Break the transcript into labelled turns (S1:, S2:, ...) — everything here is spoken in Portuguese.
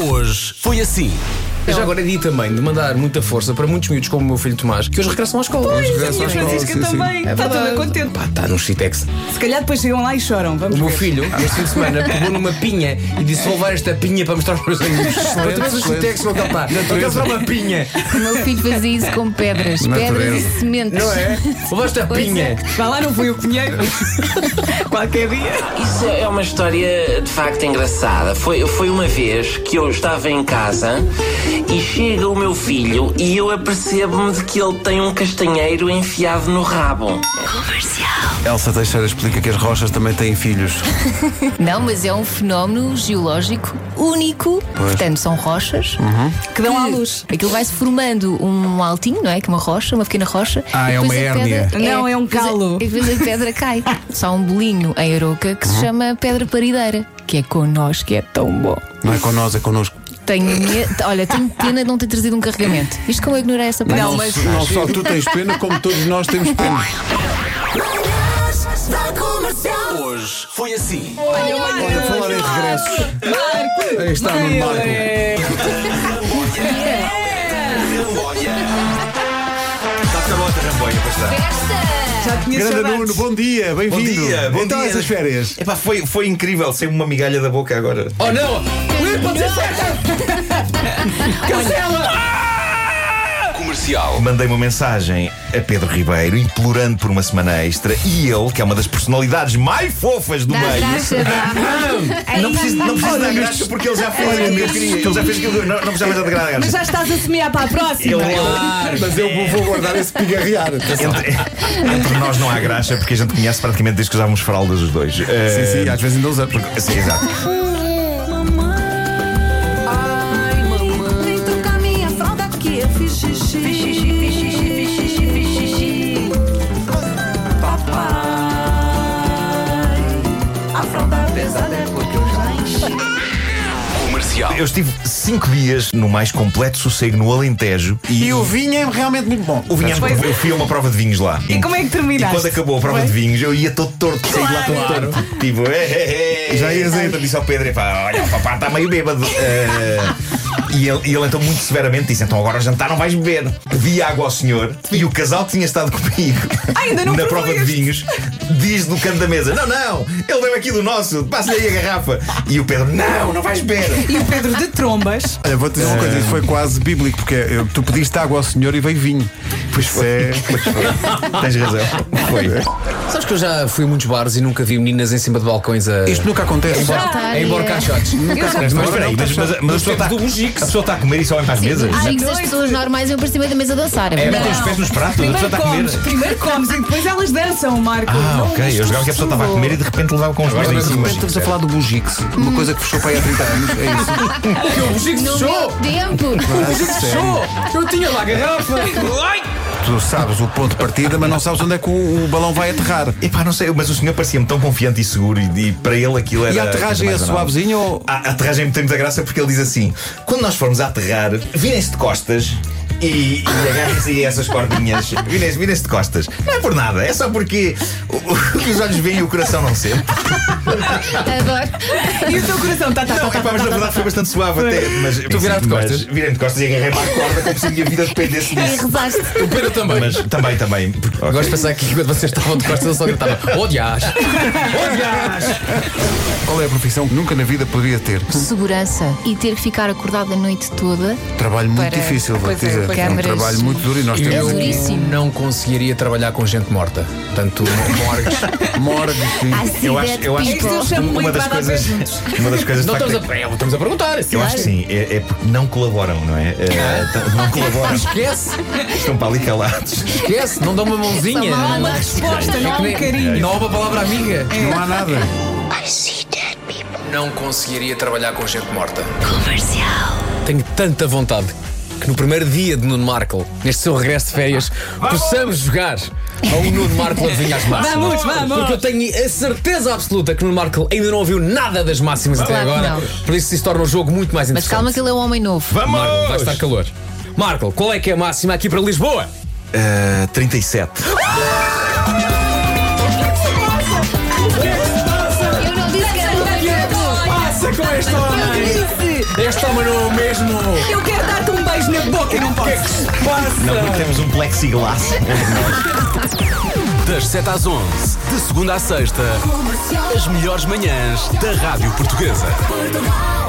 S1: hoje foi assim.
S2: Eu
S3: Então.
S2: já agora é dia também de mandar muita força para muitos miúdos como o meu filho Tomás, que hoje regressam à escola. Hoje
S3: a
S2: regressam
S3: minha
S2: à escola,
S3: Francisca
S2: sim, sim.
S3: também.
S4: É
S3: Está toda
S2: verdade.
S3: contente.
S2: Pá,
S4: tá
S2: está no Shitex.
S3: Se calhar depois chegam lá e choram. Vamos
S2: O meu
S3: ver.
S2: filho, este fim de semana, pegou numa pinha e disse: Vou levar esta pinha para mostrar aos meus amigos. Para todos os Shitex vão cantar. Aquele só uma pinha.
S5: O meu filho fazia isso com pedras, pedras e sementes.
S2: Não é? Vou esta
S5: Pois é.
S2: pinha.
S3: Vai lá, não fui o Pinheiro. Qualquer dia.
S6: Isso é uma história de facto engraçada. Foi, foi uma vez que eu estava em casa e chega o meu filho e eu apercebo-me de que ele tem um castanheiro enfiado no rabo.
S1: Elsa Teixeira explica que as rochas também têm filhos.
S5: Não, mas é um fenómeno geológico único. Portanto, são rochas
S1: Uhum.
S3: Que dão à luz.
S5: Aquilo vai-se formando um altinho, não é? Que é uma rocha, uma pequena rocha.
S1: Ah,
S5: e
S1: é
S5: depois
S1: uma
S5: a
S1: hérnia.
S5: pedra-
S3: Não, é um
S5: depois a-
S3: calo.
S5: E depois a pedra cai. Só há um bolinho em Aroca
S1: Uhum.
S5: que se chama Pedra Parideira, que é connosco, que é tão bom.
S1: Não é com nós, é connosco.
S5: Tenho, me- olha, tenho pena de não ter trazido um carregamento. Isto como eu ignorei essa parte.
S3: Não, mas.
S1: Não só tu tens pena, como todos nós temos pena.
S7: Manhãs da Comercial.
S1: Hoje foi assim.
S3: Olha,
S1: Olha, falar em regressos.
S3: Marco!
S1: Aí está, Nuno Marco.
S3: Já tinha
S1: Grande
S3: saudades.
S1: Nuno, bom dia, bem-vindo.
S4: Bom dia, bom
S1: então,
S4: dia.
S1: essas férias.
S4: Epá, foi, foi incrível, sem uma migalha da boca agora.
S2: Oh não! Ui, pode ser certa! Cancela!
S4: Mandei uma mensagem a Pedro Ribeiro, implorando por uma semana extra, e ele, que é uma das personalidades mais fofas do meio. Não preciso, não preciso dar graça porque ele já fez aquilo que eu queria. Ele já fez aquilo que eu- não, não precisava já de graça.
S3: Mas já estás a semear para a próxima.
S4: Ele- ele-
S1: Mas eu vou guardar esse pigarrear.
S2: Então,
S4: entre, entre nós não há graça porque a gente conhece praticamente desde que usávamos fraldas os dois.
S2: é.
S4: Eh,
S1: Sim, sim, às vezes ainda usa.
S4: sim, exato.
S7: Ai, mamãe. Vem trocar minha fralda que eu fiz xixi. Fiz xixi, fiz xixi, fiz xixi, fiz xixi. Papai, a fralda pesada é porque eu já enchi.
S4: Eu estive cinco dias no mais completo sossego no Alentejo e,
S1: E o vinho é realmente muito bom.
S4: O vinho é muito bom. eu fui a uma prova de vinhos lá.
S3: E como é que
S4: E
S3: terminaste?
S4: quando acabou a prova de vinhos, eu ia todo torto, saí de lá todo torto. Tipo, "Eh, eh, eh".
S1: Já ias aí.
S4: Então disse ao Pedro: "Epá, olha, o papá está meio bêbado. Eh, E ele, e ele então muito severamente disse: Então agora ao jantar não vais beber. Pedi água ao senhor e o casal que tinha estado comigo
S3: Ainda não
S4: na prova de
S3: proveste.
S4: vinhos diz do canto da mesa: Não, não, ele veio aqui do nosso, passa aí a garrafa. E o Pedro: Não, não vais beber.
S3: E o Pedro de trombas.
S1: Olha, vou-te dizer uma coisa, isso foi quase bíblico, porque eh, tu pediste água ao senhor e veio vinho. é Pois foi.
S4: Tens razão. Foi.
S2: Sabes que eu já fui a muitos bares e nunca vi meninas em cima de balcões a.
S1: Isto nunca acontece.
S2: a emborcar caixotes.
S4: Mas, espera aí, mas, mas- mas a pessoa está- a pessoa está a comer e sobem para as mesas?
S5: Chicos, as pessoas normais iam para cima da mesa dançar.
S4: É,
S5: verdade.
S4: metem os pés nos pratos, a pessoa
S3: Primeiro
S4: está a comer.
S3: comes, primeiro comes e depois elas dançam, Marco.
S4: Ah,
S3: Não,
S4: ok. Eu jogava que a pessoa estava a comer e de repente levava com os pés
S1: Agora,
S4: em
S1: de
S4: cima.
S1: repente, estamos a falar do Bugix, uma coisa que fechou para aí há 30 anos. É isso.
S2: O Chico
S5: No
S2: fechou!
S5: meu tempo.
S2: O Chico fechou! Eu tinha lá a garrafa!
S1: Tu sabes o ponto de partida, mas não sabes onde é que o, o balão vai aterrar.
S4: Epá, não sei, mas o senhor parecia-me tão confiante e seguro e, e para ele aquilo era.
S1: E a aterragem
S4: coisa
S1: é
S4: mais banal.
S1: suavezinha ou.
S4: A a aterragem tem muita graça porque ele diz assim: quando nós formos a aterrar, virem-se de costas. E, e agarrem-se aí a essas cordinhas. Virem-se virem-se de costas. Não é por nada, é só porque o, o que os olhos veem e o coração não sente.
S5: Adoro.
S3: E o teu coração tá, tá,
S4: Não,
S3: tá,
S4: epá,
S3: tá,
S4: mas na
S3: tá,
S4: verdade foi bastante suave até. Mas,
S2: Tu viraste de
S4: mas
S2: costas?
S4: Virei de costas e agarrei-me à corda como se a minha vida dependesse
S3: É
S5: E
S4: disso.
S5: rezaste.
S2: O Pedro também.
S4: Mas também, também.
S2: Eu Gosto de pensar que quando vocês estavam de costas, eu só gritava: "Oh, Odias!
S1: Qual é a profissão que nunca na vida poderia ter?
S5: Segurança e ter que ficar acordado a noite toda.
S1: Trabalho muito
S5: Para-
S1: difícil, vou
S5: Pois
S1: te
S5: é,
S1: dizer.
S5: pois
S1: É um
S5: é.
S1: trabalho muito duro e nós
S5: É
S1: temos
S2: Eu
S5: duríssimo.
S2: não conseguiria trabalhar com gente morta. Portanto, morgues.
S1: morgues. sim.
S4: Eu acho, eu acho
S3: people. É
S5: Acidente
S4: que
S3: Isto eu chamo
S4: uma
S3: muito
S4: das
S3: para dar
S4: coisas.
S3: beijos.
S4: Uma das coisas de
S2: Não
S4: facto
S2: estamos
S4: é-
S2: a, estamos a perguntar. assim.
S4: Eu acho que sim, é, é porque não colaboram, não é? É,
S2: Ah.
S4: t- não colaboram,
S2: Esquece,
S4: estão para ali calados.
S2: esquece, não dá uma mãozinha.
S5: Só uma-
S2: Não-
S5: uma
S3: resposta, não
S2: É que nem-
S3: um carinho.
S2: Não há uma palavra amiga.
S1: Não há nada.
S2: Não conseguiria trabalhar com gente morta. Comercial. Tenho tanta vontade que no primeiro dia de Nuno Markle, neste seu regresso de férias, possamos jogar ao Nuno Markle adivinha as máximas.
S3: Vamos, vamos.
S2: Porque eu tenho a certeza absoluta que Nuno Markle ainda não ouviu nada das máximas até
S5: Claro que
S2: agora.
S5: não.
S2: Por isso isso torna o jogo muito mais
S5: Mas
S2: interessante.
S5: calma que ele é um homem novo.
S4: Vamos!
S2: Marco, vai estar calor. Marco, qual é que é a máxima aqui para Lisboa?
S4: Eh, 37.
S5: Eu não disse que era um homem novo.
S2: Passa com este homem! Este homem não é o meu!
S8: mesmo!
S3: Eu quero dar-te um beijo na boca e não
S2: é
S3: posso.
S4: Não, porque temos um plexiglass.
S2: Das 7 às 11, de segunda à sexta, as melhores manhãs da Rádio Portuguesa.
S9: Portugal.